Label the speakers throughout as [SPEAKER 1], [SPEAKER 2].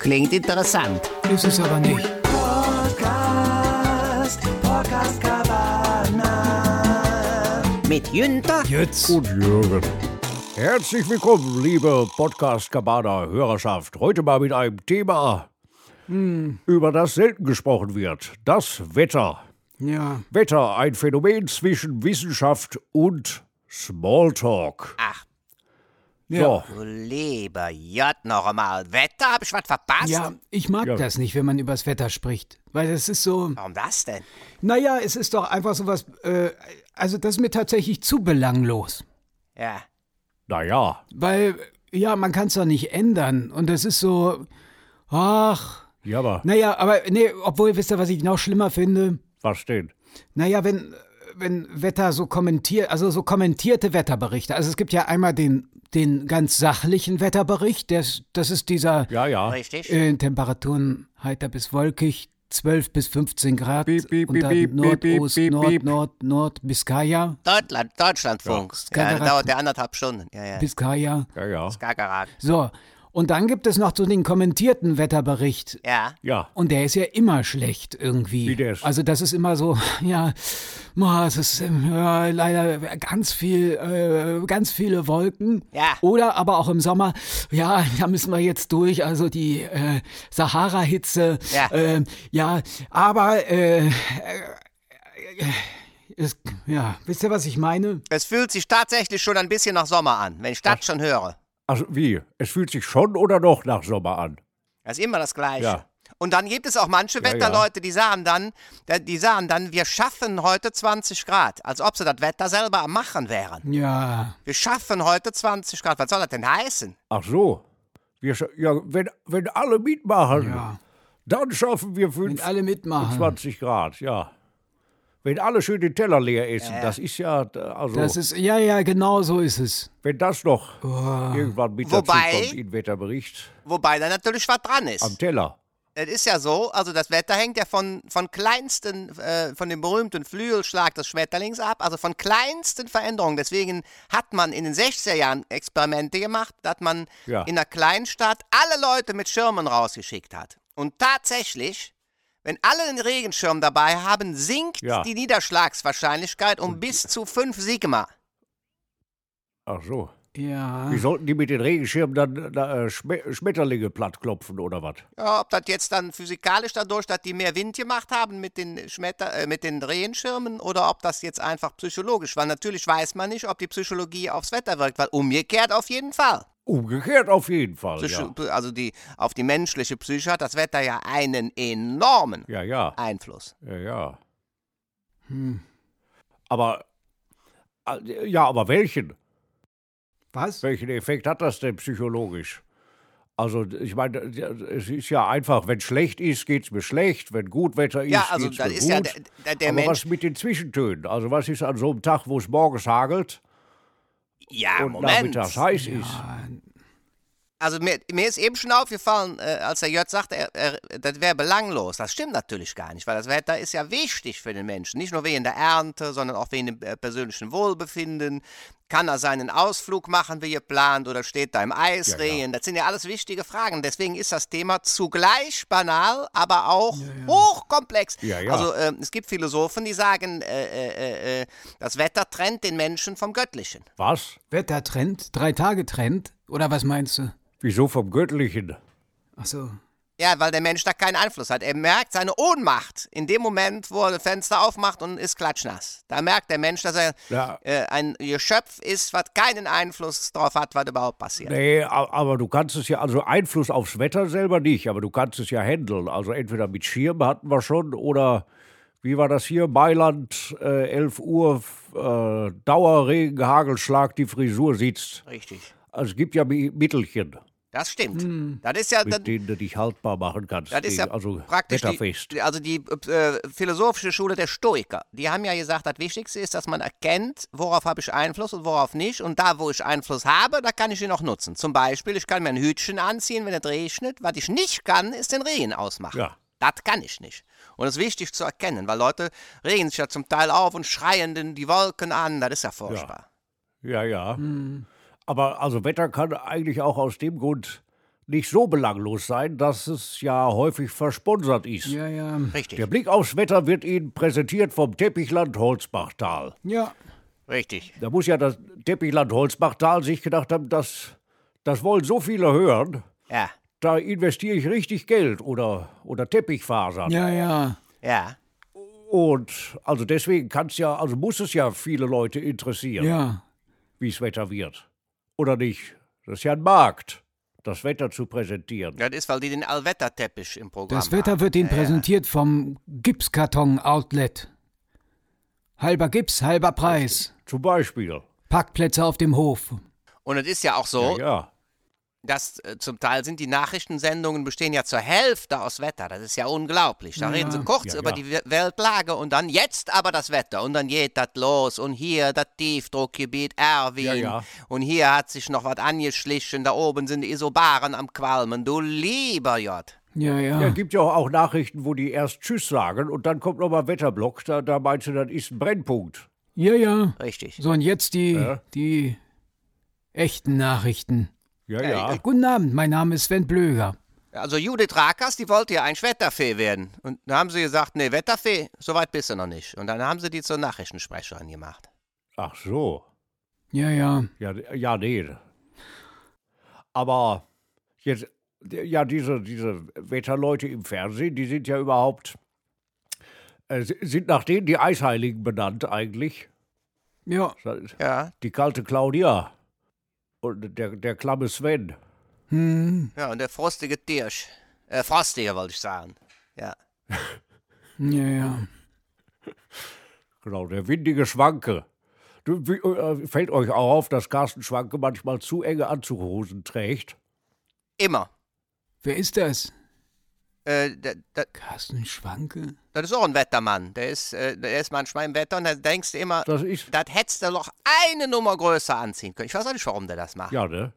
[SPEAKER 1] Klingt interessant.
[SPEAKER 2] Ist es aber nicht.
[SPEAKER 1] Mit Jünter
[SPEAKER 2] Jetzt.
[SPEAKER 3] Und Jürgen. Herzlich willkommen, liebe Podcast-Kabana-Hörerschaft. Heute mal mit einem Thema,
[SPEAKER 2] Hm.
[SPEAKER 3] über das selten gesprochen wird: das Wetter.
[SPEAKER 2] Ja.
[SPEAKER 3] Wetter, ein Phänomen zwischen Wissenschaft und Smalltalk.
[SPEAKER 2] Ja.
[SPEAKER 3] So,
[SPEAKER 1] Du lieber J, noch einmal. Wetter, hab ich was verpasst?
[SPEAKER 2] Ja, ich mag das nicht, wenn man übers Wetter spricht. Weil es ist so.
[SPEAKER 1] Warum das denn?
[SPEAKER 2] Naja, es ist doch einfach sowas. Äh, also, das ist mir tatsächlich zu belanglos.
[SPEAKER 1] Ja.
[SPEAKER 3] naja,
[SPEAKER 2] Weil, ja, man kann es doch nicht ändern. Und das ist so. Ach.
[SPEAKER 3] ja, aber
[SPEAKER 2] Naja, aber nee, obwohl, wisst ihr, was ich noch schlimmer finde?
[SPEAKER 3] was denn?
[SPEAKER 2] Naja, wenn, wenn Wetter so kommentiert, also so kommentierte Wetterberichte. Also es gibt ja einmal den, den ganz sachlichen Wetterbericht, der, ist- das ist dieser
[SPEAKER 3] Ja, ja.
[SPEAKER 1] Richtig?
[SPEAKER 2] äh, Temperaturen heiter bis wolkig, 12 bis 15 Grad
[SPEAKER 3] Piep, piep,
[SPEAKER 2] und dann
[SPEAKER 3] piep, piep,
[SPEAKER 2] Nordost,
[SPEAKER 3] piep,
[SPEAKER 2] Nord,
[SPEAKER 3] piep.
[SPEAKER 2] Nord, Nord, Biskaya,
[SPEAKER 1] Deutschland, Deutschlandfunk.
[SPEAKER 2] Ja,
[SPEAKER 1] Ja,
[SPEAKER 2] Skagerrak.
[SPEAKER 1] dauert ja anderthalb Stunden. Ja, ja.
[SPEAKER 2] Biskaya.
[SPEAKER 3] Ja, ja.
[SPEAKER 1] Skagerrak.
[SPEAKER 2] So, und dann gibt es noch so den kommentierten Wetterbericht.
[SPEAKER 1] Ja.
[SPEAKER 3] Ja,
[SPEAKER 2] Und der ist ja immer schlecht irgendwie.
[SPEAKER 3] Wie der ist-
[SPEAKER 2] Also das ist immer so, ja, ma, es ist ähm, ja, leider ganz viel, äh, ganz viele Wolken.
[SPEAKER 1] Ja.
[SPEAKER 2] Oder aber auch im Sommer, ja, da müssen wir jetzt durch. Also die äh, Sahara-Hitze.
[SPEAKER 1] Ja.
[SPEAKER 2] ähm, ja, aber äh, äh, es, ja, wisst ihr, was ich meine?
[SPEAKER 1] Es fühlt sich tatsächlich schon ein bisschen nach Sommer an, wenn ich das schon höre.
[SPEAKER 3] also wie? Es fühlt sich schon oder noch nach Sommer an?
[SPEAKER 1] Das ist immer das Gleiche.
[SPEAKER 3] Ja.
[SPEAKER 1] Und dann gibt es auch manche
[SPEAKER 3] ja.
[SPEAKER 1] Wetterleute, die sagen dann, äh, die sagen dann, wir schaffen heute 20 Grad, als ob sie das Wetter selber am Machen wären.
[SPEAKER 2] Ja,
[SPEAKER 1] Wir schaffen heute 20 Grad. Was soll das denn heißen?
[SPEAKER 3] Ach so. Wir, scha- ja, wenn, wenn alle mitmachen,
[SPEAKER 2] ja.
[SPEAKER 3] dann schaffen wir
[SPEAKER 2] Und
[SPEAKER 3] 5,
[SPEAKER 2] alle mitmachen.
[SPEAKER 3] 20 Grad, ja. Wenn alle schön den Teller leer essen, das ist ja, äh, also,
[SPEAKER 2] Das ist, ja, ja, genau so ist es.
[SPEAKER 3] wenn das noch irgendwann mit
[SPEAKER 1] Wobei-
[SPEAKER 3] dazu kommt, in Wetterbericht,
[SPEAKER 1] Wobei da natürlich was dran ist.
[SPEAKER 3] am Teller.
[SPEAKER 1] Es ist ja so, also das Wetter hängt ja von, von kleinsten, äh, von dem berühmten Flügelschlag des Schmetterlings ab, also von kleinsten Veränderungen. Deswegen hat man in den 60er Jahren Experimente gemacht, dass man
[SPEAKER 3] Ja.
[SPEAKER 1] in einer Kleinstadt alle Leute mit Schirmen rausgeschickt hat. Und tatsächlich, wenn alle einen Regenschirm dabei haben, sinkt
[SPEAKER 3] Ja.
[SPEAKER 1] die Niederschlagswahrscheinlichkeit um bis zu 5 Sigma.
[SPEAKER 3] Ach so.
[SPEAKER 2] Ja.
[SPEAKER 3] Wie sollten die mit den Regenschirmen dann äh, Schme Schmetterlinge plattklopfen oder was?
[SPEAKER 1] Ja, ob das jetzt dann physikalisch dadurch, dass die mehr Wind gemacht haben mit den Schmetter, äh, mit den Rehenschirmen oder ob das jetzt einfach psychologisch war. Natürlich weiß man nicht, ob die Psychologie aufs Wetter wirkt, weil umgekehrt auf jeden Fall.
[SPEAKER 3] Umgekehrt auf jeden Fall,
[SPEAKER 1] Psycho- Also die, auf die menschliche Psyche hat das Wetter ja einen enormen
[SPEAKER 3] ja. Ja, ja,
[SPEAKER 1] Einfluss.
[SPEAKER 3] ja, ja. Aber, äh, ja, aber welchen?
[SPEAKER 2] Was?
[SPEAKER 3] Welchen Effekt hat das denn psychologisch? Also, ich meine, es ist ja einfach, wenn schlecht ist, geht's mir schlecht, wenn gut Wetter ist,
[SPEAKER 1] Ja, also
[SPEAKER 3] geht's mir
[SPEAKER 1] dann ist
[SPEAKER 3] gut.
[SPEAKER 1] ja der, der, der
[SPEAKER 3] Aber was
[SPEAKER 1] Mensch.
[SPEAKER 3] mit den Zwischentönen? Also, was ist an so einem Tag, wo es morgens hagelt
[SPEAKER 1] Ja,
[SPEAKER 3] und
[SPEAKER 1] Ah, Moment.
[SPEAKER 3] nachmittags heiß ist?
[SPEAKER 1] Also mir, mir ist eben schon aufgefallen, äh, als der Jörg sagte, er, er, das wäre belanglos. Das stimmt natürlich gar nicht, weil das Wetter ist ja wichtig für den Menschen. Nicht nur wegen der Ernte, sondern auch wegen dem äh, persönlichen Wohlbefinden. Kann er seinen Ausflug machen, wie geplant, oder steht da im Eisregen? Das sind ja alles wichtige Fragen. Deswegen ist das Thema zugleich banal, aber auch hochkomplex.
[SPEAKER 3] Ja, ja.
[SPEAKER 1] Also ähm, es gibt Philosophen, die sagen, äh, äh, äh, äh, das Wetter trennt den Menschen vom Göttlichen.
[SPEAKER 3] Was?
[SPEAKER 2] Wettertrend? Drei Tage Trend? Oder was meinst du?
[SPEAKER 3] Wieso vom Göttlichen?
[SPEAKER 2] Ach so.
[SPEAKER 1] Ja, weil der Mensch da keinen Einfluss hat. Er merkt seine Ohnmacht in dem Moment, wo er das Fenster aufmacht und ist klatschnass. Da merkt der Mensch, dass er
[SPEAKER 3] Ja.
[SPEAKER 1] äh, ein Geschöpf ist, was keinen Einfluss drauf hat, was überhaupt passiert.
[SPEAKER 3] Nee, a- aber du kannst es ja, also Einfluss aufs Wetter selber nicht, aber du kannst es ja handeln. Also entweder mit Schirm hatten wir schon oder wie war das hier? Mailand, äh, 11 Uhr, f- äh, Dauerregen, Hagelschlag, die Frisur sitzt.
[SPEAKER 1] Richtig.
[SPEAKER 3] Also es gibt ja Mi- Mittelchen,
[SPEAKER 1] Das stimmt.
[SPEAKER 3] Hm.
[SPEAKER 1] Das ist ja, das,
[SPEAKER 3] mit denen du dich haltbar machen kannst.
[SPEAKER 1] das ist ja
[SPEAKER 3] gegen- also
[SPEAKER 1] praktisch
[SPEAKER 3] wetterfest.
[SPEAKER 1] die, also die äh, philosophische Schule der Stoiker. Die haben ja gesagt, das Wichtigste ist, dass man erkennt, worauf habe ich Einfluss und worauf nicht. Und da, wo ich Einfluss habe, da kann ich ihn auch nutzen. Zum Beispiel, ich kann mir ein Hütchen anziehen, wenn es regnet. Was ich nicht kann, ist den Regen ausmachen.
[SPEAKER 3] Ja.
[SPEAKER 1] Das kann ich nicht. Und das ist wichtig zu erkennen, weil Leute regen sich ja zum Teil auf und schreien denn die Wolken an. Das ist ja furchtbar. Hm.
[SPEAKER 3] Ja, ja. Aber also Wetter kann eigentlich auch aus dem Grund nicht so belanglos sein, dass es ja häufig versponsert ist.
[SPEAKER 2] Ja, ja.
[SPEAKER 1] Richtig,
[SPEAKER 3] Der Blick aufs Wetter wird Ihnen präsentiert vom Teppichland Holzbachtal.
[SPEAKER 2] Ja.
[SPEAKER 1] richtig.
[SPEAKER 3] Da muss ja das Teppichland Holzbachtal sich gedacht haben, das, das wollen so viele hören,
[SPEAKER 1] Ja,
[SPEAKER 3] da investiere ich richtig Geld oder, oder Teppichfasern.
[SPEAKER 2] Ja, ja.
[SPEAKER 1] ja.
[SPEAKER 3] Und also deswegen kann's ja, also muss es ja viele Leute interessieren,
[SPEAKER 2] Ja.
[SPEAKER 3] wie's Wetter wird. Oder nicht? Das ist ja ein Markt, das Wetter zu präsentieren.
[SPEAKER 1] Das ist, weil die den Allwetterteppich im Programm
[SPEAKER 2] Das Wetter
[SPEAKER 1] haben.
[SPEAKER 2] wird Ihnen präsentiert vom Gipskarton-Outlet. Halber Gips, halber Preis.
[SPEAKER 3] Zum Beispiel.
[SPEAKER 2] Parkplätze auf dem Hof.
[SPEAKER 1] Und es ist ja auch so,
[SPEAKER 3] Ja, ja.
[SPEAKER 1] dass äh, zum Teil sind die Nachrichtensendungen bestehen ja zur Hälfte aus Wetter. Das ist ja unglaublich. Da reden sie kurz
[SPEAKER 3] Ja,
[SPEAKER 1] über
[SPEAKER 3] ja.
[SPEAKER 1] die We- Weltlage und dann jetzt aber das Wetter. Und dann geht das los. Und hier das Tiefdruckgebiet Erwin.
[SPEAKER 3] Ja, ja.
[SPEAKER 1] Und hier hat sich noch was angeschlichen. Da oben sind die Isobaren am Qualmen. Du lieber J.
[SPEAKER 2] Ja,
[SPEAKER 3] Ja,
[SPEAKER 2] ja.
[SPEAKER 3] gibt ja auch Nachrichten, wo die erst Tschüss sagen und dann kommt nochmal Wetterblock. Da, da meinst du, das ist ein Brennpunkt.
[SPEAKER 2] Ja, ja.
[SPEAKER 1] Richtig.
[SPEAKER 2] So, und jetzt die,
[SPEAKER 3] Ja.
[SPEAKER 2] die echten Nachrichten. Äh,
[SPEAKER 3] Ja,
[SPEAKER 1] Ja,
[SPEAKER 3] ja.
[SPEAKER 2] Guten Abend, mein Name ist Sven Blöger.
[SPEAKER 1] Also Judith Rakers, die wollte ja eigentlich Wetterfee werden. Und da haben sie gesagt, nee, Wetterfee, so weit bist du noch nicht. Und dann haben sie die zur Nachrichtensprecherin gemacht.
[SPEAKER 3] Ach so.
[SPEAKER 2] Ja, ja.
[SPEAKER 3] Ja, ja, nee. Aber jetzt, ja, diese, diese Wetterleute im Fernsehen, die sind ja überhaupt, äh, sind nach denen die Eisheiligen benannt eigentlich.
[SPEAKER 2] Ja.
[SPEAKER 1] Ja,
[SPEAKER 3] Die kalte Claudia und der, der klamme Sven.
[SPEAKER 2] Hm.
[SPEAKER 1] ja, und der frostige Tiersch. Äh, Frostige wollte ich sagen. Ja.
[SPEAKER 2] Ja, ja.
[SPEAKER 3] Genau, der windige Schwanke. Du, wie, äh, fällt euch auch auf, dass Carsten Schwanke manchmal zu enge Anzughosen trägt?
[SPEAKER 1] Immer.
[SPEAKER 2] Wer ist das?
[SPEAKER 1] Äh, da- da-
[SPEAKER 2] Carsten Schwanke?
[SPEAKER 1] das ist auch ein Wettermann. Der ist, äh, der ist manchmal im Wetter und da denkst du immer,
[SPEAKER 3] Das ist,
[SPEAKER 1] das hättest du doch eine Nummer größer anziehen können. Ich weiß auch nicht, warum der das macht.
[SPEAKER 3] ja, ne?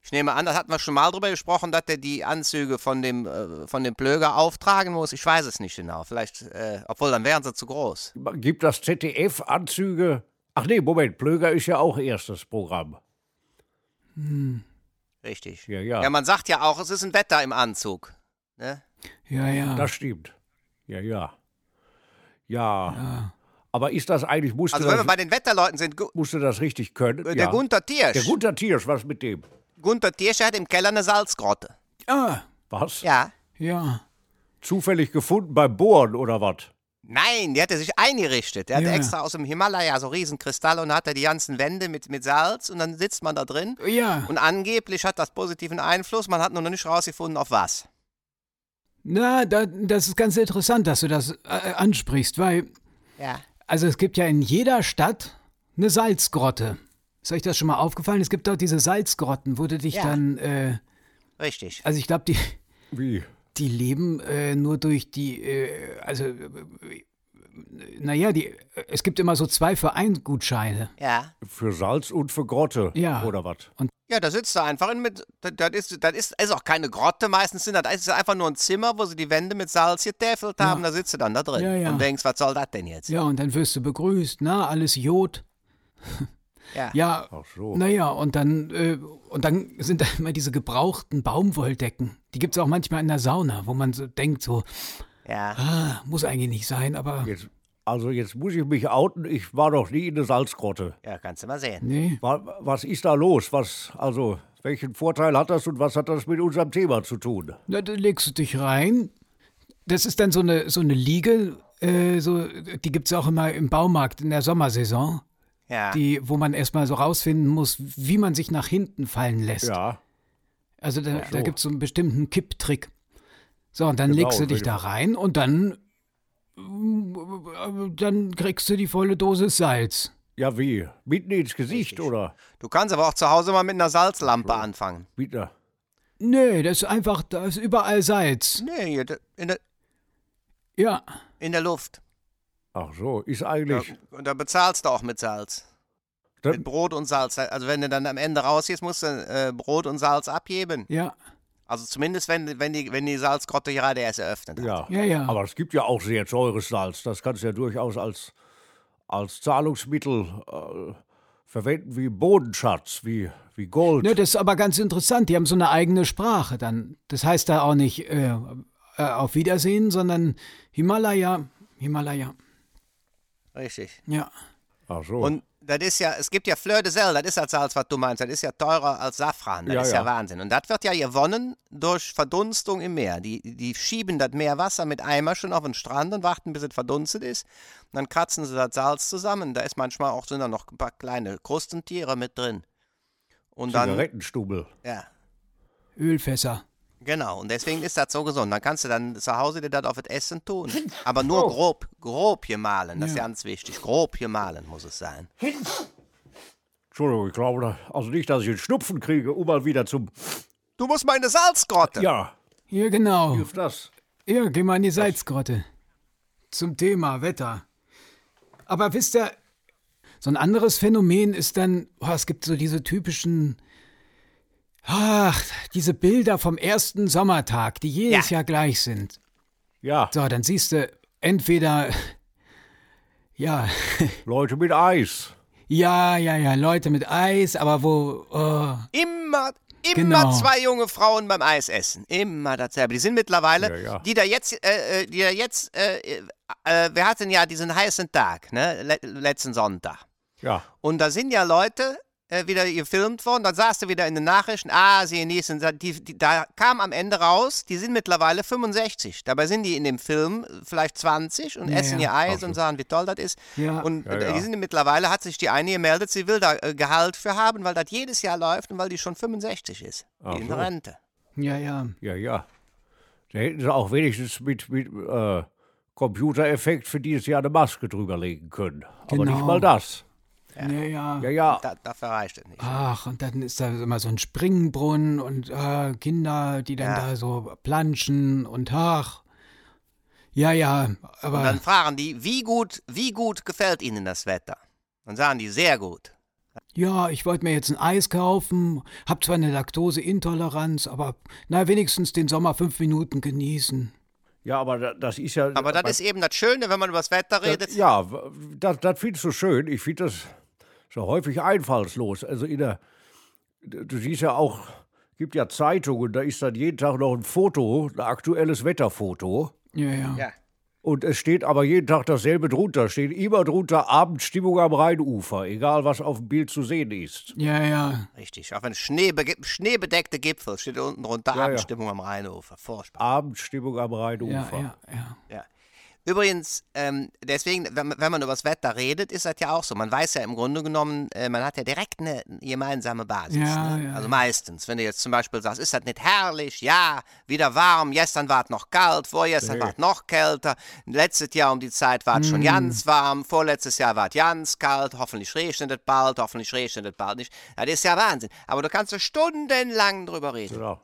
[SPEAKER 1] Ich nehme an, das hatten wir schon mal drüber gesprochen, dass der die Anzüge von dem, äh, von dem Plöger auftragen muss. Ich weiß es nicht genau. Vielleicht, äh, obwohl dann wären sie zu groß.
[SPEAKER 3] Gibt das ZDF Anzüge? Ach nee, Moment, Plöger ist ja auch erstes Programm.
[SPEAKER 1] Richtig.
[SPEAKER 3] Ja, ja.
[SPEAKER 1] Ja, man sagt ja auch, es ist ein Wetter im Anzug. Ne?
[SPEAKER 2] Ja, ja.
[SPEAKER 3] Das stimmt. Ja, ja. Ja. Aber ist das eigentlich, musste,
[SPEAKER 1] Also, wenn wir
[SPEAKER 3] das,
[SPEAKER 1] bei den Wetterleuten sind, Gu
[SPEAKER 3] musste das richtig können?
[SPEAKER 1] äh,
[SPEAKER 3] ja.
[SPEAKER 1] der Gunther Tiersch.
[SPEAKER 3] Der Gunther Tiersch, was mit dem?
[SPEAKER 1] Gunther Tiersch hat im Keller eine Salzgrotte.
[SPEAKER 2] Ah,
[SPEAKER 3] Was?
[SPEAKER 1] Ja.
[SPEAKER 2] ja.
[SPEAKER 3] Zufällig gefunden beim Bohren oder was?
[SPEAKER 1] Nein, die hat er sich eingerichtet. Er hat
[SPEAKER 2] Ja.
[SPEAKER 1] extra aus dem Himalaya so Riesenkristalle und hat er die ganzen Wände mit, mit Salz und dann sitzt man da drin.
[SPEAKER 2] Ja.
[SPEAKER 1] Und angeblich hat das positiven Einfluss, man hat nur noch nicht rausgefunden, auf was.
[SPEAKER 2] Na, da, das ist ganz interessant, dass du das äh, ansprichst, weil,
[SPEAKER 1] Ja.
[SPEAKER 2] also es gibt ja in jeder Stadt eine Salzgrotte. Ist euch das schon mal aufgefallen? Es gibt dort diese Salzgrotten, wo du dich
[SPEAKER 1] Ja.
[SPEAKER 2] dann, äh,
[SPEAKER 1] Richtig.
[SPEAKER 2] also ich glaube, die,
[SPEAKER 3] Wie?
[SPEAKER 2] die leben äh, nur durch die, äh, also, äh, naja, die, es gibt immer so zwei Vereinsgutscheine.
[SPEAKER 1] Ja.
[SPEAKER 3] Für Salz und für Grotte
[SPEAKER 2] Ja.
[SPEAKER 3] oder was?
[SPEAKER 1] Ja, da sitzt er einfach in mit. Das, das, ist, das ist, ist auch keine Grotte meistens, sind das das ist einfach nur ein Zimmer, wo sie die Wände mit Salz getäfelt haben. Da sitzt du dann da drin
[SPEAKER 2] Ja, ja.
[SPEAKER 1] und denkst, was soll das denn jetzt?
[SPEAKER 2] Ja, und dann wirst du begrüßt, na, alles Jod.
[SPEAKER 1] Ja.
[SPEAKER 2] Ja,
[SPEAKER 3] Ach so.
[SPEAKER 2] Naja, und dann, äh, und dann sind da immer diese gebrauchten Baumwolldecken. Die gibt es auch manchmal in der Sauna, wo man so denkt, so,
[SPEAKER 1] Ja.
[SPEAKER 2] ah, muss eigentlich nicht sein, aber
[SPEAKER 3] Jetzt, also jetzt muss ich mich outen, ich war noch nie in der Salzgrotte.
[SPEAKER 1] ja, kannst du mal sehen.
[SPEAKER 2] nee.
[SPEAKER 3] Wa- Was ist da los? Was, also, welchen Vorteil hat das und was hat das mit unserem Thema zu tun?
[SPEAKER 2] Na, dann legst du dich rein. Das ist dann so eine, so eine Liege, äh, so, die gibt es auch immer im Baumarkt in der Sommersaison,
[SPEAKER 1] Ja.
[SPEAKER 2] die, wo man erstmal so rausfinden muss, wie man sich nach hinten fallen lässt.
[SPEAKER 3] Ja.
[SPEAKER 2] Also da,
[SPEAKER 3] so.
[SPEAKER 2] da gibt es so einen bestimmten Kipptrick. So, und dann
[SPEAKER 3] Genau,
[SPEAKER 2] legst du dich
[SPEAKER 3] richtig.
[SPEAKER 2] da rein und dann, dann kriegst du die volle Dosis Salz.
[SPEAKER 3] Ja, wie? Mitten ins Gesicht oder?
[SPEAKER 1] Du kannst aber auch zu Hause mal mit einer Salzlampe anfangen.
[SPEAKER 3] Mitten. einer-
[SPEAKER 2] Nee, das ist einfach, da ist überall Salz.
[SPEAKER 1] Nee, hier, da- in der,
[SPEAKER 2] Ja.
[SPEAKER 1] in der Luft.
[SPEAKER 3] Ach so, ist eigentlich.
[SPEAKER 1] Und da bezahlst du auch mit Salz.
[SPEAKER 3] Da-
[SPEAKER 1] Mit Brot und Salz. Also wenn du dann am Ende rausgehst, musst du äh, Brot und Salz abgeben.
[SPEAKER 2] Ja,
[SPEAKER 1] Also zumindest, wenn, wenn, die, wenn die Salzgrotte gerade erst eröffnet hat.
[SPEAKER 3] ja.
[SPEAKER 2] Ja, ja.
[SPEAKER 3] Aber es gibt ja auch sehr teures Salz. Das kannst du ja durchaus als, als Zahlungsmittel äh, verwenden wie Bodenschatz, wie, wie Gold.
[SPEAKER 2] Ne, das ist aber ganz interessant. Die haben so eine eigene Sprache dann. Das heißt da auch nicht äh, äh, auf Wiedersehen, sondern Himalaya, Himalaya.
[SPEAKER 1] Richtig.
[SPEAKER 2] Ja.
[SPEAKER 3] Ach so.
[SPEAKER 1] Und das ist ja, es gibt ja Fleur de Sel, das ist das Salz, was du meinst, das ist ja teurer als Safran, das
[SPEAKER 3] Ja,
[SPEAKER 1] ist ja.
[SPEAKER 3] ja.
[SPEAKER 1] Wahnsinn. Und das wird ja gewonnen durch Verdunstung im Meer. Die, die schieben das Meerwasser mit Eimer schon auf den Strand und warten, bis es verdunstet ist. Und dann kratzen sie das Salz zusammen. Da ist manchmal auch, sind da noch ein paar kleine Krustentiere mit drin. Und dann,
[SPEAKER 3] Zigarettenstubel.
[SPEAKER 1] ja,
[SPEAKER 2] Ölfässer.
[SPEAKER 1] genau. Und deswegen ist das so gesund. Dann kannst du dann zu Hause dir das auf das Essen tun. Aber nur grob, grob hier malen, das ist ganz wichtig. Grob hier malen muss es sein.
[SPEAKER 3] Entschuldigung, ich glaube, da- also nicht, dass ich einen Schnupfen kriege, um mal wieder zum.
[SPEAKER 1] Du musst mal in eine Salzgrotte.
[SPEAKER 3] Ja,
[SPEAKER 2] Ja, genau.
[SPEAKER 3] hilft das.
[SPEAKER 2] Ja, geh mal in die Salzgrotte. Zum Thema Wetter. Aber wisst ihr, so ein anderes Phänomen ist dann, oh, es gibt so diese typischen, ach, diese Bilder vom ersten Sommertag, die jedes
[SPEAKER 1] Ja.
[SPEAKER 2] Jahr gleich sind.
[SPEAKER 3] Ja,
[SPEAKER 2] So, dann siehst du entweder, ja,
[SPEAKER 3] Leute mit Eis.
[SPEAKER 2] ja, ja, ja, Leute mit Eis, aber wo, oh,
[SPEAKER 1] Immer, immer
[SPEAKER 2] Genau.
[SPEAKER 1] zwei junge Frauen beim Eis essen. Immer dasselbe. Die sind mittlerweile,
[SPEAKER 3] Ja, ja.
[SPEAKER 1] die da jetzt, äh, äh, die da jetzt, äh, äh, äh, wir hatten ja diesen heißen Tag, ne, le letzten Sonntag.
[SPEAKER 3] Ja,
[SPEAKER 1] Und da sind ja Leute äh, wieder gefilmt worden, dann saß du wieder in den Nachrichten, ah, sie genießen, die, die, da kam am Ende raus, die sind mittlerweile 65. Dabei sind die in dem Film äh, vielleicht 20 und
[SPEAKER 2] Ja,
[SPEAKER 1] essen
[SPEAKER 2] ja.
[SPEAKER 1] ihr Eis und sagen, wie toll das ist.
[SPEAKER 2] Ja.
[SPEAKER 1] Und
[SPEAKER 3] Ja,
[SPEAKER 1] äh,
[SPEAKER 3] ja.
[SPEAKER 1] Die sind mittlerweile, hat sich die eine gemeldet, sie will da äh, Gehalt für haben, weil das jedes Jahr läuft und weil die schon 65 ist. Die in
[SPEAKER 3] so.
[SPEAKER 1] Rente.
[SPEAKER 2] ja, ja.
[SPEAKER 3] ja, ja. Da hätten sie auch wenigstens mit, mit äh, Computereffekt für dieses Jahr eine Maske drüberlegen können. Aber
[SPEAKER 2] Genau.
[SPEAKER 3] nicht mal das.
[SPEAKER 2] Ja, ja.
[SPEAKER 3] Ja, ja.
[SPEAKER 1] Da, dafür reicht es nicht.
[SPEAKER 3] Ah.
[SPEAKER 2] Ach, und dann ist da immer so ein Springbrunnen und äh, Kinder, die dann
[SPEAKER 1] Ja.
[SPEAKER 2] da so planschen und ach. Ja, ja, aber
[SPEAKER 1] Und dann fragen die, wie gut, wie gut gefällt ihnen das Wetter? Dann sagen die, sehr gut.
[SPEAKER 2] ja, ich wollte mir jetzt ein Eis kaufen, hab zwar eine Laktoseintoleranz, aber na, wenigstens den Sommer fünf Minuten genießen.
[SPEAKER 3] Ja, aber da- das ist ja.
[SPEAKER 1] Aber das ist eben das Schöne, wenn man über das Wetter redet.
[SPEAKER 3] Ja, w- das, das findest du schön. Ich finde das so häufig einfallslos. Also in der, du siehst ja auch, gibt ja Zeitungen, da ist dann jeden Tag noch ein Foto, ein aktuelles Wetterfoto.
[SPEAKER 2] Ja, ja.
[SPEAKER 1] Ja.
[SPEAKER 3] Und es steht aber jeden Tag dasselbe drunter. Steht immer drunter Abendstimmung am Rheinufer, egal was auf dem Bild zu sehen ist.
[SPEAKER 2] Ja, ja.
[SPEAKER 1] Richtig, auf einem schneebe- schneebedeckte Gipfel steht unten drunter
[SPEAKER 3] ja.
[SPEAKER 1] Abendstimmung am Rheinufer. Furchtbar.
[SPEAKER 3] Abendstimmung am
[SPEAKER 2] Ja,
[SPEAKER 3] Rheinufer.
[SPEAKER 2] ja, ja.
[SPEAKER 1] Ja. Übrigens, ähm, deswegen, wenn, wenn man über das Wetter redet, ist das ja auch so. Man weiß ja im Grunde genommen, äh, man hat ja direkt eine gemeinsame Basis.
[SPEAKER 2] Ja,
[SPEAKER 1] ne?
[SPEAKER 2] ja,
[SPEAKER 1] also meistens, wenn du jetzt zum Beispiel sagst, ist das nicht herrlich? Ja, wieder warm, gestern war es noch kalt, vorgestern war es noch kälter, letztes Jahr um die Zeit war es
[SPEAKER 2] Hm.
[SPEAKER 1] schon ganz warm, vorletztes Jahr war es ganz kalt, hoffentlich regnet es bald, hoffentlich regnet es bald nicht. Das ist ja Wahnsinn. Aber du kannst so stundenlang drüber reden.
[SPEAKER 3] Genau.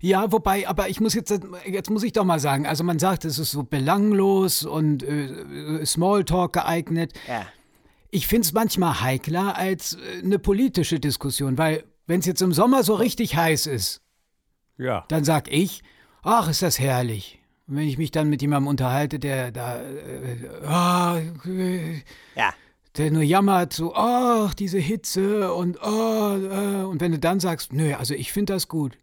[SPEAKER 2] Ja, wobei, aber ich muss jetzt, jetzt muss ich doch mal sagen, also man sagt, es ist so belanglos und äh, Smalltalk geeignet.
[SPEAKER 1] Ja.
[SPEAKER 2] ich finde es manchmal heikler als äh, eine politische Diskussion, weil wenn es jetzt im Sommer so richtig heiß ist,
[SPEAKER 3] Ja.
[SPEAKER 2] dann sag ich, ach, ist das herrlich. Und wenn ich mich dann mit jemandem unterhalte, der da, äh, ah, äh,
[SPEAKER 1] ja.
[SPEAKER 2] der nur jammert, so, ach, diese Hitze und, ah, äh, und wenn du dann sagst, nö, also ich finde das gut,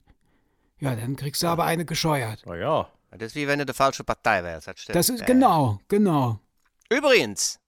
[SPEAKER 2] ja, dann kriegst du aber eine gescheuert.
[SPEAKER 3] Naja.
[SPEAKER 1] Das ist wie wenn du die falsche Partei wärst. Das, stimmt.
[SPEAKER 2] Das ist,
[SPEAKER 1] Ja.
[SPEAKER 2] genau, genau.
[SPEAKER 1] Übrigens,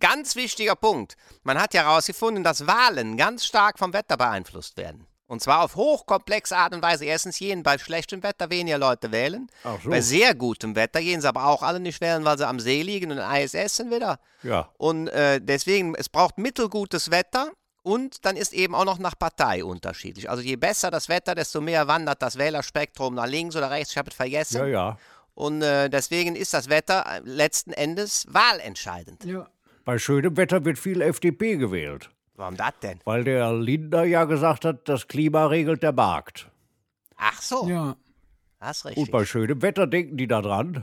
[SPEAKER 1] ganz wichtiger Punkt. Man hat ja herausgefunden, dass Wahlen ganz stark vom Wetter beeinflusst werden. Und zwar auf hochkomplexe Art und Weise. Erstens jenen bei schlechtem Wetter weniger Leute wählen.
[SPEAKER 3] Ach so.
[SPEAKER 1] Bei sehr gutem Wetter gehen sie aber auch alle nicht wählen, weil sie am See liegen und Eis essen wieder.
[SPEAKER 3] Ja.
[SPEAKER 1] Und äh, deswegen, es braucht mittelgutes Wetter und dann ist eben auch noch nach Partei unterschiedlich. Also je besser das Wetter, desto mehr wandert das Wählerspektrum nach links oder rechts. Ich habe es vergessen.
[SPEAKER 3] Ja, ja.
[SPEAKER 1] Und äh, deswegen ist das Wetter äh, letzten Endes wahlentscheidend.
[SPEAKER 2] Ja.
[SPEAKER 3] Bei schönem Wetter wird viel FDP gewählt.
[SPEAKER 1] Warum das denn?
[SPEAKER 3] Weil der Lindner ja gesagt hat, das Klima regelt der Markt.
[SPEAKER 1] Ach so,
[SPEAKER 2] Ja.
[SPEAKER 1] hast richtig.
[SPEAKER 3] Und bei schönem Wetter denken die da dran,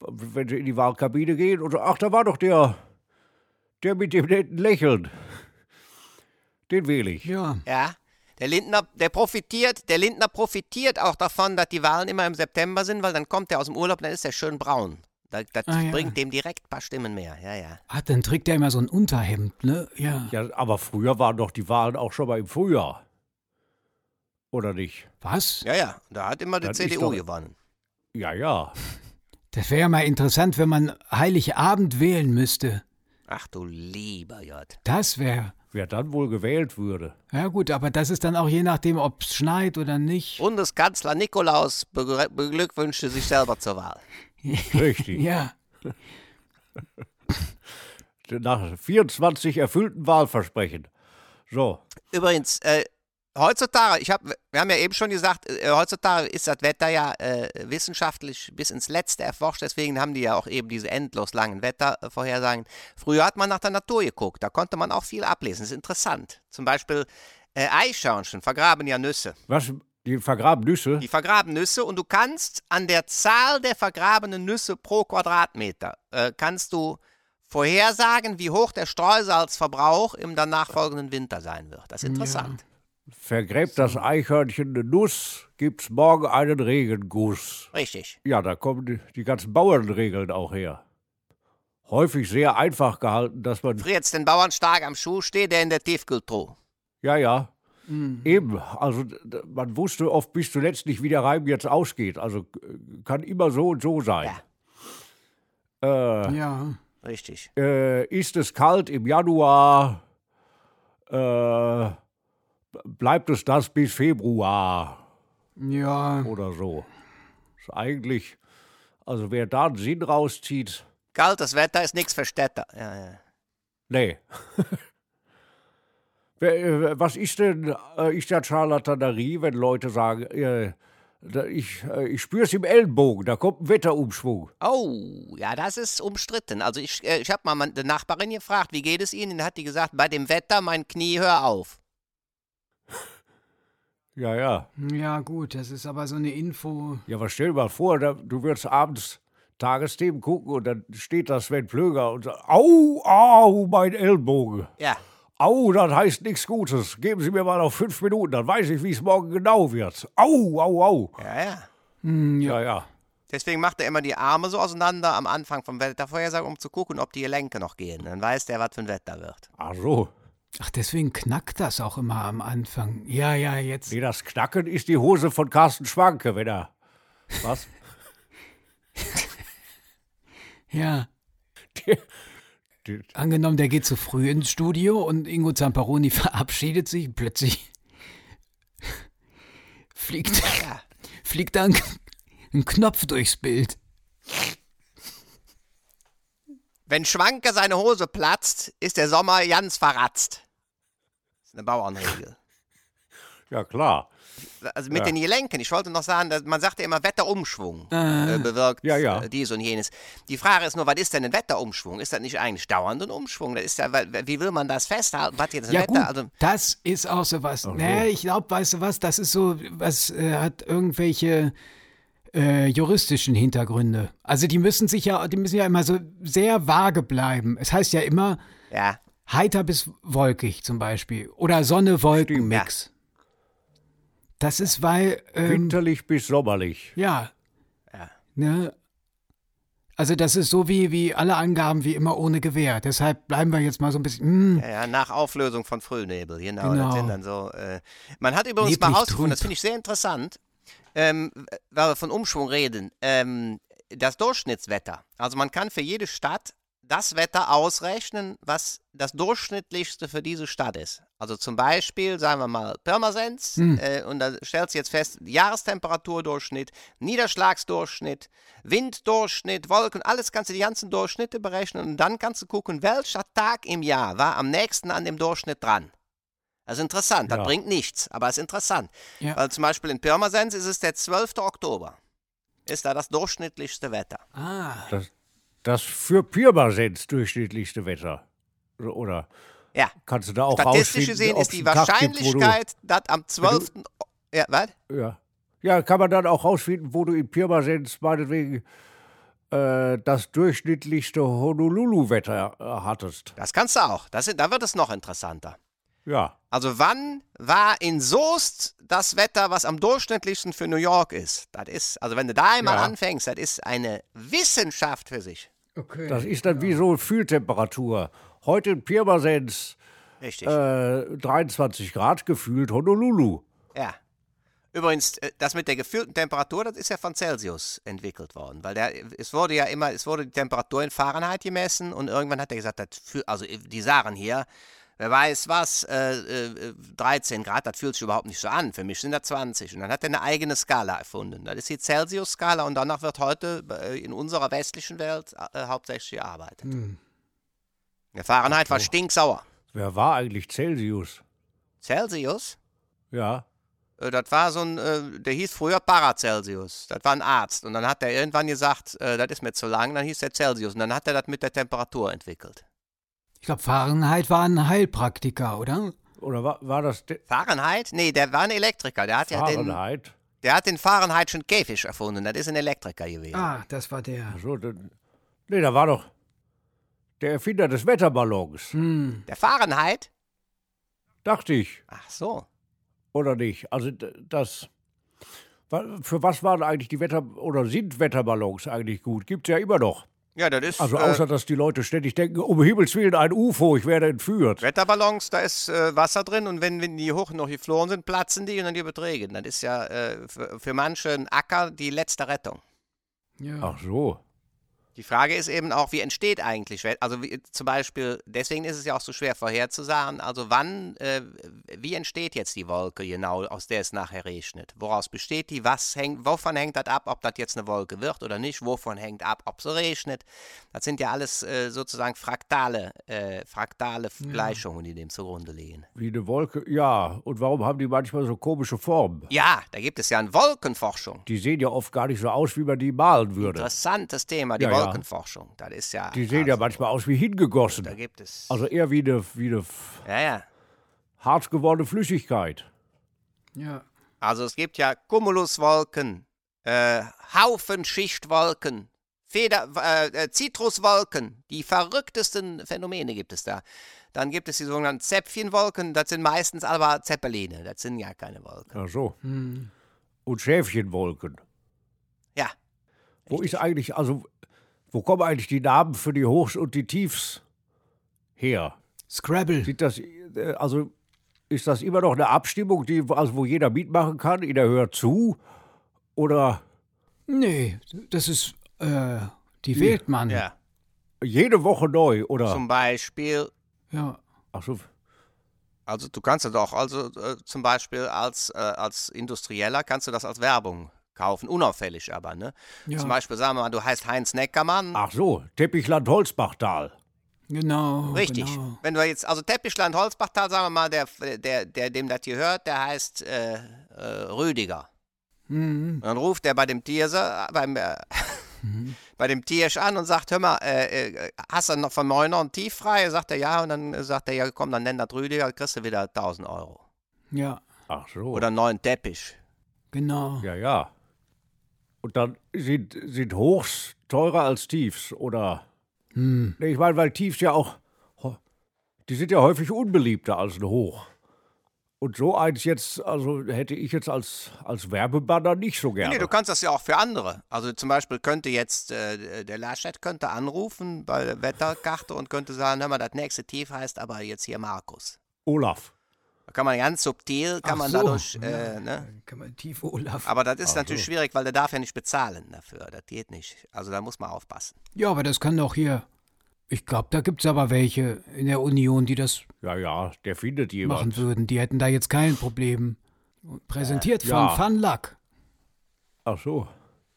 [SPEAKER 3] wenn sie in die Wahlkabine gehen und so, ach, da war doch der, der mit dem netten Lächeln. Den wähle ich.
[SPEAKER 2] Ja.
[SPEAKER 1] Ja. Der Lindner, der profitiert, der Lindner profitiert auch davon, dass die Wahlen immer im September sind, weil dann kommt er aus dem Urlaub, dann ist er schön braun. Da, das
[SPEAKER 2] Ah, ja.
[SPEAKER 1] bringt dem direkt ein paar Stimmen mehr. Ja, ja.
[SPEAKER 2] Ah, dann trägt er immer so ein Unterhemd, ne? Ja.
[SPEAKER 3] Ja, aber früher waren doch die Wahlen auch schon mal im Frühjahr. Oder nicht?
[SPEAKER 2] Was?
[SPEAKER 1] Ja, ja. Da hat immer die
[SPEAKER 3] Das ist
[SPEAKER 1] CDU
[SPEAKER 3] doch-
[SPEAKER 1] gewonnen.
[SPEAKER 3] Ja, ja.
[SPEAKER 2] Das wäre ja mal interessant, wenn man Heiligabend wählen müsste.
[SPEAKER 1] Ach du lieber J.
[SPEAKER 2] Das wäre.
[SPEAKER 3] Wer dann wohl gewählt würde.
[SPEAKER 2] Ja gut, aber das ist dann auch je nachdem, ob es schneit oder nicht.
[SPEAKER 1] Bundeskanzler Nikolaus begrü- beglückwünschte sich selber zur Wahl.
[SPEAKER 3] Richtig.
[SPEAKER 2] Ja.
[SPEAKER 3] Nach 24 erfüllten Wahlversprechen. So.
[SPEAKER 1] Übrigens, äh, heutzutage, ich hab, wir haben ja eben schon gesagt, äh, heutzutage ist das Wetter ja äh, wissenschaftlich bis ins Letzte erforscht, deswegen haben die ja auch eben diese endlos langen Wettervorhersagen. Früher hat man nach der Natur geguckt, da konnte man auch viel ablesen, ist interessant. Zum Beispiel äh, Eichhörnchen vergraben ja Nüsse.
[SPEAKER 3] Was? Die vergraben Nüsse?
[SPEAKER 1] Die vergraben Nüsse und du kannst an der Zahl der vergrabenen Nüsse pro Quadratmeter, äh, kannst du vorhersagen, wie hoch der Streusalzverbrauch im danach folgenden Winter sein wird. Das ist interessant.
[SPEAKER 3] Vergräbt das Eichhörnchen eine Nuss, gibt's morgen einen Regenguss.
[SPEAKER 1] Richtig.
[SPEAKER 3] Ja, da kommen die, die ganzen Bauernregeln auch her. Häufig sehr einfach gehalten, dass man.
[SPEAKER 1] Fritz, den Bauern stark am Schuh steht, der in der Tiefkühltruhe.
[SPEAKER 3] Ja, ja. Eben. Also d- man wusste oft bis zuletzt nicht, wie der Reim jetzt ausgeht. Also äh, kann immer so und so sein.
[SPEAKER 2] Ja.
[SPEAKER 1] Richtig.
[SPEAKER 3] Äh, ist es kalt im Januar? Äh, bleibt es das bis Februar?
[SPEAKER 2] Ja.
[SPEAKER 3] oder so. Ist eigentlich, also wer da einen Sinn rauszieht,
[SPEAKER 1] Kaltes Wetter ist nichts für Städter. Ja, ja.
[SPEAKER 3] nee. Wer, äh, Was ist denn, äh, ist ja Charlatanerie, wenn Leute sagen, äh, da- ich, äh, ich spüre es im Ellenbogen, da kommt ein Wetterumschwung.
[SPEAKER 1] Oh, ja, das ist umstritten. Also ich, äh, ich habe mal meine Nachbarin gefragt, wie geht es Ihnen? Dann hat die gesagt, bei dem Wetter, mein Knie, hör auf.
[SPEAKER 3] Ja, ja.
[SPEAKER 2] Ja, gut, das ist aber so eine Info.
[SPEAKER 3] Ja, aber stell dir mal vor, da, du würdest abends Tagesthemen gucken und dann steht da Sven Plöger und sagt, au, au, mein Ellenbogen.
[SPEAKER 1] Ja.
[SPEAKER 3] Au, das heißt nichts Gutes. Geben Sie mir mal noch fünf Minuten, dann weiß ich, wie es morgen genau wird. Au, au, au.
[SPEAKER 1] Ja, ja.
[SPEAKER 3] Ja, ja.
[SPEAKER 1] Deswegen macht er immer die Arme so auseinander am Anfang vom Wettervorhersage, um zu gucken, ob die Gelenke noch gehen. Dann weiß der, was für ein Wetter wird.
[SPEAKER 3] Ach so.
[SPEAKER 2] Ach, deswegen knackt das auch immer am Anfang. Ja, ja, jetzt.
[SPEAKER 3] Nee, das Knacken ist die Hose von Carsten Schwanke, wenn er. Was?
[SPEAKER 2] Ja.
[SPEAKER 3] Die- die-
[SPEAKER 2] Angenommen, der geht zu früh ins Studio und Ingo Zamperoni verabschiedet sich und plötzlich fliegt, fliegt da ein, ein Knopf durchs Bild.
[SPEAKER 1] Wenn Schwanke seine Hose platzt, ist der Sommer ganz verratzt. Das ist eine Bauernregel.
[SPEAKER 3] ja, klar.
[SPEAKER 1] also mit
[SPEAKER 3] Ja.
[SPEAKER 1] den Gelenken. Ich wollte noch sagen, dass man sagt ja immer Wetterumschwung
[SPEAKER 2] Ah.
[SPEAKER 1] äh, bewirkt
[SPEAKER 3] Ja, ja.
[SPEAKER 1] Äh, dies und jenes. Die Frage ist nur, was ist denn ein Wetterumschwung? Ist das nicht eigentlich dauernd ein Umschwung? Das ist ja, weil- wie will man das festhalten? Was jetzt ein
[SPEAKER 2] Ja
[SPEAKER 1] Wetter?
[SPEAKER 2] gut,
[SPEAKER 1] Also,
[SPEAKER 2] das ist auch sowas. Nee, ich glaube, weißt du was, das ist so, was äh, hat irgendwelche äh, juristischen Hintergründe. Also die müssen sich ja, die müssen ja immer so sehr vage bleiben. Es heißt ja immer
[SPEAKER 1] ja.
[SPEAKER 2] heiter bis wolkig zum Beispiel oder Sonne-Wolken-Mix. Das ist, weil, ähm,
[SPEAKER 3] Winterlich bis sommerlich.
[SPEAKER 2] ja,
[SPEAKER 1] Ja.
[SPEAKER 2] ne, also das ist so wie, wie alle Angaben wie immer ohne Gewähr. Deshalb bleiben wir jetzt mal so ein bisschen, mm,
[SPEAKER 1] Ja, ja, nach Auflösung von Frühnebel, genau. Das
[SPEAKER 2] Genau.
[SPEAKER 1] sind dann so, äh, man hat übrigens mal
[SPEAKER 2] Neblig
[SPEAKER 1] rausgefunden, das
[SPEAKER 2] trüb.
[SPEAKER 1] finde ich sehr interessant, ähm, äh, weil wir von Umschwung reden, ähm, das Durchschnittswetter. Also man kann für jede Stadt das Wetter ausrechnen, was das durchschnittlichste für diese Stadt ist. Also zum Beispiel, sagen wir mal, Pirmasens, äh, und da stellst du jetzt fest, Jahrestemperatur-Durchschnitt, Niederschlagsdurchschnitt, Winddurchschnitt, Wolken, alles kannst du die ganzen Durchschnitte berechnen und dann kannst du gucken, welcher Tag im Jahr war am nächsten an dem Durchschnitt dran. Das ist interessant, das
[SPEAKER 3] Ja.
[SPEAKER 1] bringt nichts, aber es ist interessant.
[SPEAKER 2] Ja.
[SPEAKER 1] Weil zum Beispiel in Pirmasens ist es der 12. Oktober. Ist da das durchschnittlichste Wetter.
[SPEAKER 2] ah,
[SPEAKER 3] Das, das für Pirmasens durchschnittlichste Wetter. So, Oder
[SPEAKER 1] Ja.
[SPEAKER 3] kannst du da auch
[SPEAKER 1] Statistisch
[SPEAKER 3] rausfinden,
[SPEAKER 1] gesehen
[SPEAKER 3] ob's
[SPEAKER 1] ist die
[SPEAKER 3] einen Tag gibt, wo du-
[SPEAKER 1] Wahrscheinlichkeit, dass am 12. O- Ja, was?
[SPEAKER 3] Ja. Ja, kann man dann auch rausfinden, wo du in Pirmasens meinetwegen äh, das durchschnittlichste Honolulu-Wetter äh, hattest.
[SPEAKER 1] Das kannst du auch. Das, da wird es noch interessanter.
[SPEAKER 3] Ja.
[SPEAKER 1] Also wann war in Soest das Wetter, was am durchschnittlichsten für New York ist? Das ist, also wenn du da einmal
[SPEAKER 3] Ja.
[SPEAKER 1] anfängst, das ist eine Wissenschaft für sich.
[SPEAKER 2] Okay.
[SPEAKER 3] Das ist dann wie so Fühltemperatur. Heute in Pirmasens
[SPEAKER 1] Richtig.
[SPEAKER 3] äh, 23 Grad gefühlt Honolulu.
[SPEAKER 1] Ja. Übrigens, äh, das mit der gefühlten Temperatur, das ist ja von Celsius entwickelt worden, weil der, es wurde ja immer, es wurde die Temperatur in Fahrenheit gemessen und irgendwann hat er gesagt, das fühl, also äh, die Sachen hier, wer weiß was, äh, äh, 13 Grad, das fühlt sich überhaupt nicht so an, für mich sind das 20. Und dann hat er eine eigene Skala erfunden, das ist die Celsius-Skala und danach wird heute äh, in unserer westlichen Welt äh, hauptsächlich gearbeitet. Der Fahrenheit war stinksauer.
[SPEAKER 3] Wer war eigentlich Celsius?
[SPEAKER 1] Celsius?
[SPEAKER 3] Ja.
[SPEAKER 1] Äh, Das war so ein, äh, der hieß früher Paracelsius. Das war ein Arzt. Und dann hat er irgendwann gesagt, äh, das ist mir zu lang. Dann hieß der Celsius. Und dann hat er das mit der Temperatur entwickelt.
[SPEAKER 2] ich glaube, Fahrenheit war ein Heilpraktiker, oder?
[SPEAKER 3] Oder war, war das De
[SPEAKER 1] Fahrenheit? Nee, der war ein Elektriker. Der hat ja den,
[SPEAKER 3] Fahrenheit?
[SPEAKER 1] der hat den Fahrenheitschen Käfig erfunden. Das ist ein Elektriker gewesen.
[SPEAKER 2] Ah, das war der.
[SPEAKER 3] So, dann- nee, da war doch der Erfinder des Wetterballons.
[SPEAKER 2] Hm.
[SPEAKER 1] Der Fahrenheit?
[SPEAKER 3] Dachte ich,
[SPEAKER 1] Ach so.
[SPEAKER 3] oder nicht? Also d- das. wa- Für was waren eigentlich die Wetter oder sind Wetterballons eigentlich gut? Gibt's ja immer noch.
[SPEAKER 1] Ja, das ist.
[SPEAKER 3] Also außer
[SPEAKER 1] äh,
[SPEAKER 3] dass die Leute ständig denken, um Himmels Willen ein UFO, ich werde entführt.
[SPEAKER 1] Wetterballons, da ist äh, Wasser drin und wenn, wenn die hoch noch geflohen sind, platzen die und dann die Beträge. Das ist ja äh, für, für manche ein Acker die letzte Rettung. Ah.
[SPEAKER 2] Ja.
[SPEAKER 3] Ach so.
[SPEAKER 1] Die Frage ist eben auch, wie entsteht eigentlich, Welt- also wie, zum Beispiel, deswegen ist es ja auch so schwer vorherzusagen, also wann, äh, wie entsteht jetzt die Wolke genau, aus der es nachher regnet? Woraus besteht die, was hängt, wovon hängt das ab, ob das jetzt eine Wolke wird oder nicht, wovon hängt ab, ob sie regnet? Das sind ja alles äh, sozusagen fraktale, äh, fraktale Gleichungen, die dem zugrunde liegen.
[SPEAKER 3] Wie eine Wolke. Ja, und warum haben die manchmal so komische Formen?
[SPEAKER 1] Ja, da gibt es ja eine Wolkenforschung.
[SPEAKER 3] Die sehen ja oft gar nicht so aus, wie man die malen würde.
[SPEAKER 1] Interessantes Thema, die
[SPEAKER 3] Ja, ja.
[SPEAKER 1] Wolkenforschung. Das ist ja.
[SPEAKER 3] Die sehen ja
[SPEAKER 1] also,
[SPEAKER 3] manchmal aus wie
[SPEAKER 1] Da
[SPEAKER 3] hingegossen.
[SPEAKER 1] gibt es.
[SPEAKER 3] Also eher wie eine, wie eine
[SPEAKER 1] ja, ja.
[SPEAKER 3] hart gewordene Flüssigkeit.
[SPEAKER 2] ja.
[SPEAKER 1] Also es gibt ja Cumuluswolken, äh, Haufenschichtwolken, Feder, äh, äh, Zitruswolken. Die verrücktesten Phänomene gibt es da. Dann gibt es die sogenannten Zäpfchenwolken. Das sind meistens aber Zeppeline. Das sind ja keine Wolken.
[SPEAKER 3] Ach so. Und Schäfchenwolken.
[SPEAKER 1] Ja,
[SPEAKER 3] Wo ist eigentlich, also, wo kommen eigentlich die Namen für die Hochs und die Tiefs her?
[SPEAKER 2] Scrabble.
[SPEAKER 3] Sieht das, äh, also, ist das immer noch eine Abstimmung, die, also wo jeder mitmachen kann? Jeder hört zu? Oder
[SPEAKER 2] Nee, das ist, äh, die wählt man.
[SPEAKER 1] ja.
[SPEAKER 3] jede Woche neu? Oder?
[SPEAKER 1] Zum Beispiel,
[SPEAKER 2] ja.
[SPEAKER 3] Ach so,
[SPEAKER 1] also du kannst das auch, also äh, zum Beispiel als, äh, als Industrieller kannst du das als Werbung kaufen, unauffällig aber, ne?
[SPEAKER 2] Ja.
[SPEAKER 1] Zum Beispiel, sagen wir mal, du heißt Heinz Neckermann.
[SPEAKER 3] ach so Teppichland Holzbachtal.
[SPEAKER 2] Genau.
[SPEAKER 1] Richtig.
[SPEAKER 2] Genau.
[SPEAKER 1] Wenn wir jetzt, also Teppichland Holzbachtal, sagen wir mal, der, der, der dem das hier hört, der heißt äh, äh, Rüdiger.
[SPEAKER 2] Hm,
[SPEAKER 1] Und dann ruft er bei dem Tier so, beim, äh, bei dem Tiersch an und sagt, hör mal, äh, äh, hast du noch von Neuner und Tief frei? Sagt er ja und dann äh, sagt er, ja komm, dann nenn das Rüdiger, kriegst du wieder 1000 Euro.
[SPEAKER 2] Ja,
[SPEAKER 3] Ach so.
[SPEAKER 1] Oder einen neuen Teppich.
[SPEAKER 2] genau.
[SPEAKER 3] Ja, ja. Und dann sind, sind Hochs teurer als Tiefs, oder? Nee, ich meine, weil Tiefs ja auch, die sind ja häufig unbeliebter als ein Hoch. Und so eins jetzt, also hätte ich jetzt als, als Werbebanner nicht so gerne.
[SPEAKER 1] Nee, du kannst das ja auch für andere. Also zum Beispiel könnte jetzt äh, der Laschet könnte anrufen bei der Wetterkarte und könnte sagen, hör mal, das nächste Tief heißt aber jetzt hier Markus.
[SPEAKER 3] Olaf.
[SPEAKER 1] Da kann man ganz subtil, kann
[SPEAKER 2] Ach
[SPEAKER 1] man
[SPEAKER 2] so,
[SPEAKER 1] dadurch,
[SPEAKER 2] ja.
[SPEAKER 1] äh, ne?
[SPEAKER 2] Kann man tief Olaf.
[SPEAKER 1] Aber das ist natürlich schwierig, weil der darf ja nicht bezahlen dafür. Das geht nicht. Also da muss man aufpassen.
[SPEAKER 2] Ja, aber das kann doch hier. Ich glaube, da gibt's aber welche in der Union, die das
[SPEAKER 3] Ja, ja, der findet
[SPEAKER 2] machen
[SPEAKER 3] jemand.
[SPEAKER 2] würden. Die hätten da jetzt kein Problem. Und
[SPEAKER 1] Äh,
[SPEAKER 2] Präsentiert
[SPEAKER 3] ja.
[SPEAKER 2] von Funluck.
[SPEAKER 3] Ach so.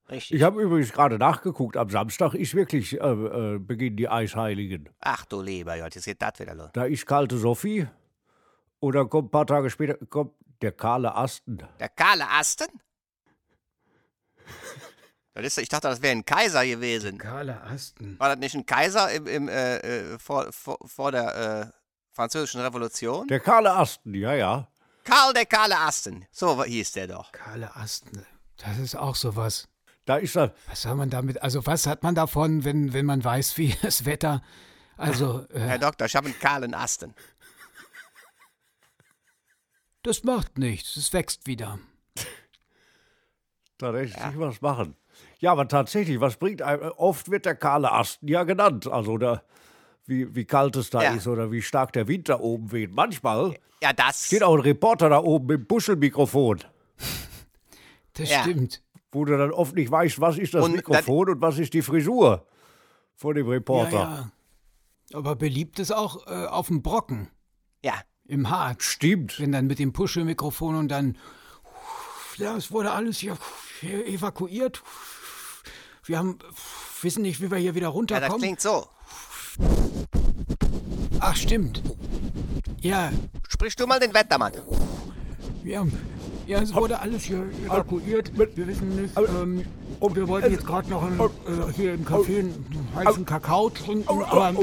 [SPEAKER 1] Richtig.
[SPEAKER 3] Ich habe übrigens gerade nachgeguckt, am Samstag ist wirklich, äh, äh, beginnen die Eisheiligen.
[SPEAKER 1] Ach du lieber Gott, jetzt geht das wieder los.
[SPEAKER 3] Da ist kalte Sophie und dann kommt ein paar Tage später kommt der kahle Asten.
[SPEAKER 1] Der kahle Asten? das ist, ich dachte, das wäre ein Kaiser gewesen.
[SPEAKER 2] Carla Asten.
[SPEAKER 1] War das nicht ein Kaiser im, im, äh, äh, vor, vor, vor der äh, französischen Revolution?
[SPEAKER 3] Der kahle Asten, ja, ja.
[SPEAKER 1] Karl der kahle Asten. So hieß der doch.
[SPEAKER 2] Carla Asten. ne? Das ist auch sowas.
[SPEAKER 3] Da ist er.
[SPEAKER 2] Was soll man damit? Also, was hat man davon, wenn, wenn man weiß, wie das Wetter. Also, äh,
[SPEAKER 1] Herr Doktor, ich habe einen kahlen Asten.
[SPEAKER 2] Das macht nichts, es wächst wieder.
[SPEAKER 3] Da lässt sich was machen. Ja, aber tatsächlich, was bringt einem? Oft wird der kahle Asten ja genannt. Also da, wie, wie kalt es da
[SPEAKER 1] Ja.
[SPEAKER 3] ist oder wie stark der Wind da oben weht. Manchmal
[SPEAKER 1] Ja, das.
[SPEAKER 3] steht auch ein Reporter da oben mit dem Buschelmikrofon,
[SPEAKER 2] Das
[SPEAKER 1] Ja.
[SPEAKER 2] stimmt.
[SPEAKER 3] wo du dann oft nicht weißt, was ist das
[SPEAKER 1] Und dann-
[SPEAKER 3] Mikrofon und was ist die Frisur von dem
[SPEAKER 2] Ja,
[SPEAKER 3] Reporter.
[SPEAKER 2] ja. Aber beliebt ist auch äh, auf dem Brocken,
[SPEAKER 1] Ja.
[SPEAKER 2] im Harz.
[SPEAKER 3] Stimmt.
[SPEAKER 2] Wenn dann mit dem Puschelmikrofon und dann, ja, es wurde alles hier evakuiert. Wir haben, wissen nicht, wie wir hier wieder
[SPEAKER 1] ja, das
[SPEAKER 2] runterkommen.
[SPEAKER 1] klingt so.
[SPEAKER 2] Ach, stimmt. Ja,
[SPEAKER 1] Sprich du mal den Wettermann.
[SPEAKER 2] ja, ja, es wurde alles hier evakuiert. Wir wissen nicht, ähm, und wir wollten jetzt gerade noch einen, äh, hier im Café einen heißen Kakao trinken, aber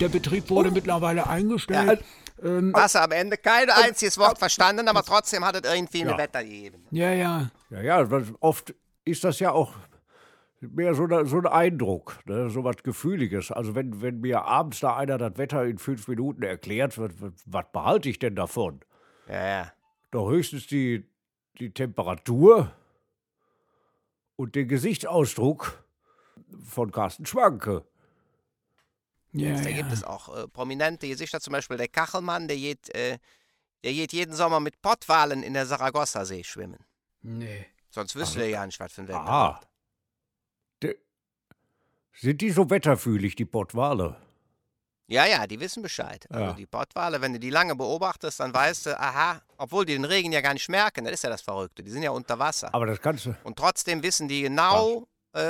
[SPEAKER 2] der Betrieb wurde mittlerweile eingestellt. Ähm,
[SPEAKER 1] Hast du am Ende kein einziges Wort verstanden, aber trotzdem hat es irgendwie ein
[SPEAKER 3] Ja.
[SPEAKER 1] Wetter gegeben.
[SPEAKER 2] ja, ja,
[SPEAKER 3] Ja, ja, was- oft ist das ja auch mehr so, ne- so ein Eindruck, ne? so was Gefühliges. Also wenn, wenn mir abends da einer das Wetter in fünf Minuten erklärt, was, was behalte ich denn davon?
[SPEAKER 1] Ja, ja.
[SPEAKER 3] Doch höchstens die, die Temperatur und den Gesichtsausdruck von Carsten Schwanke.
[SPEAKER 2] ja,
[SPEAKER 1] Da
[SPEAKER 2] ja.
[SPEAKER 1] gibt es auch äh, prominente Gesichter, zum Beispiel der Kachelmann, der geht, äh, der geht jeden Sommer mit Pottwalen in der Saragossa-See schwimmen.
[SPEAKER 2] Nee.
[SPEAKER 1] Sonst wüsste er
[SPEAKER 3] Ah.
[SPEAKER 1] ja nicht, was für ein Wetter.
[SPEAKER 3] Aha. De, sind die so wetterfühlig, die Pottwale?
[SPEAKER 1] Ja, ja, die wissen Bescheid.
[SPEAKER 3] Ja.
[SPEAKER 1] Also die Pottwale, wenn du die lange beobachtest, dann weißt du, aha, obwohl die den Regen ja gar nicht merken, das ist ja das Verrückte, die sind ja unter Wasser.
[SPEAKER 3] Aber das kannst du.
[SPEAKER 1] Und trotzdem wissen die genau, äh,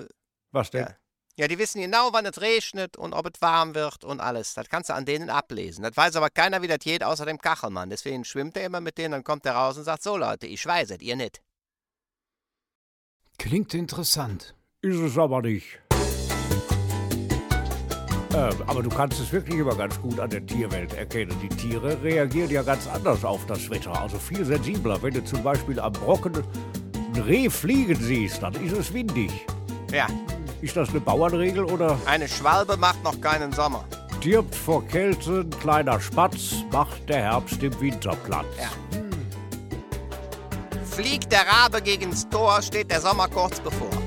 [SPEAKER 1] äh,
[SPEAKER 3] Was denn?
[SPEAKER 1] Ja. ja, die wissen genau, wann es regnet und ob es warm wird und alles. Das kannst du an denen ablesen. Das weiß aber keiner, wie das geht, außer dem Kachelmann. Deswegen schwimmt er immer mit denen, dann kommt er raus und sagt, so Leute, ich weiß es, ihr nicht.
[SPEAKER 2] Klingt interessant.
[SPEAKER 3] Ist es aber nicht. Ähm, aber du kannst es wirklich immer ganz gut an der Tierwelt erkennen. Die Tiere reagieren ja ganz anders auf das Wetter, also viel sensibler. Wenn du zum Beispiel am Brocken ein Reh fliegen siehst, dann ist es windig.
[SPEAKER 1] Ja,
[SPEAKER 3] Ist das eine Bauernregel oder
[SPEAKER 1] eine Schwalbe macht noch keinen Sommer.
[SPEAKER 3] stirbt vor Kälte ein kleiner Spatz, macht der Herbst im Winter Platz?
[SPEAKER 1] Ja. Fliegt der Rabe gegens Tor, steht der Sommer kurz bevor.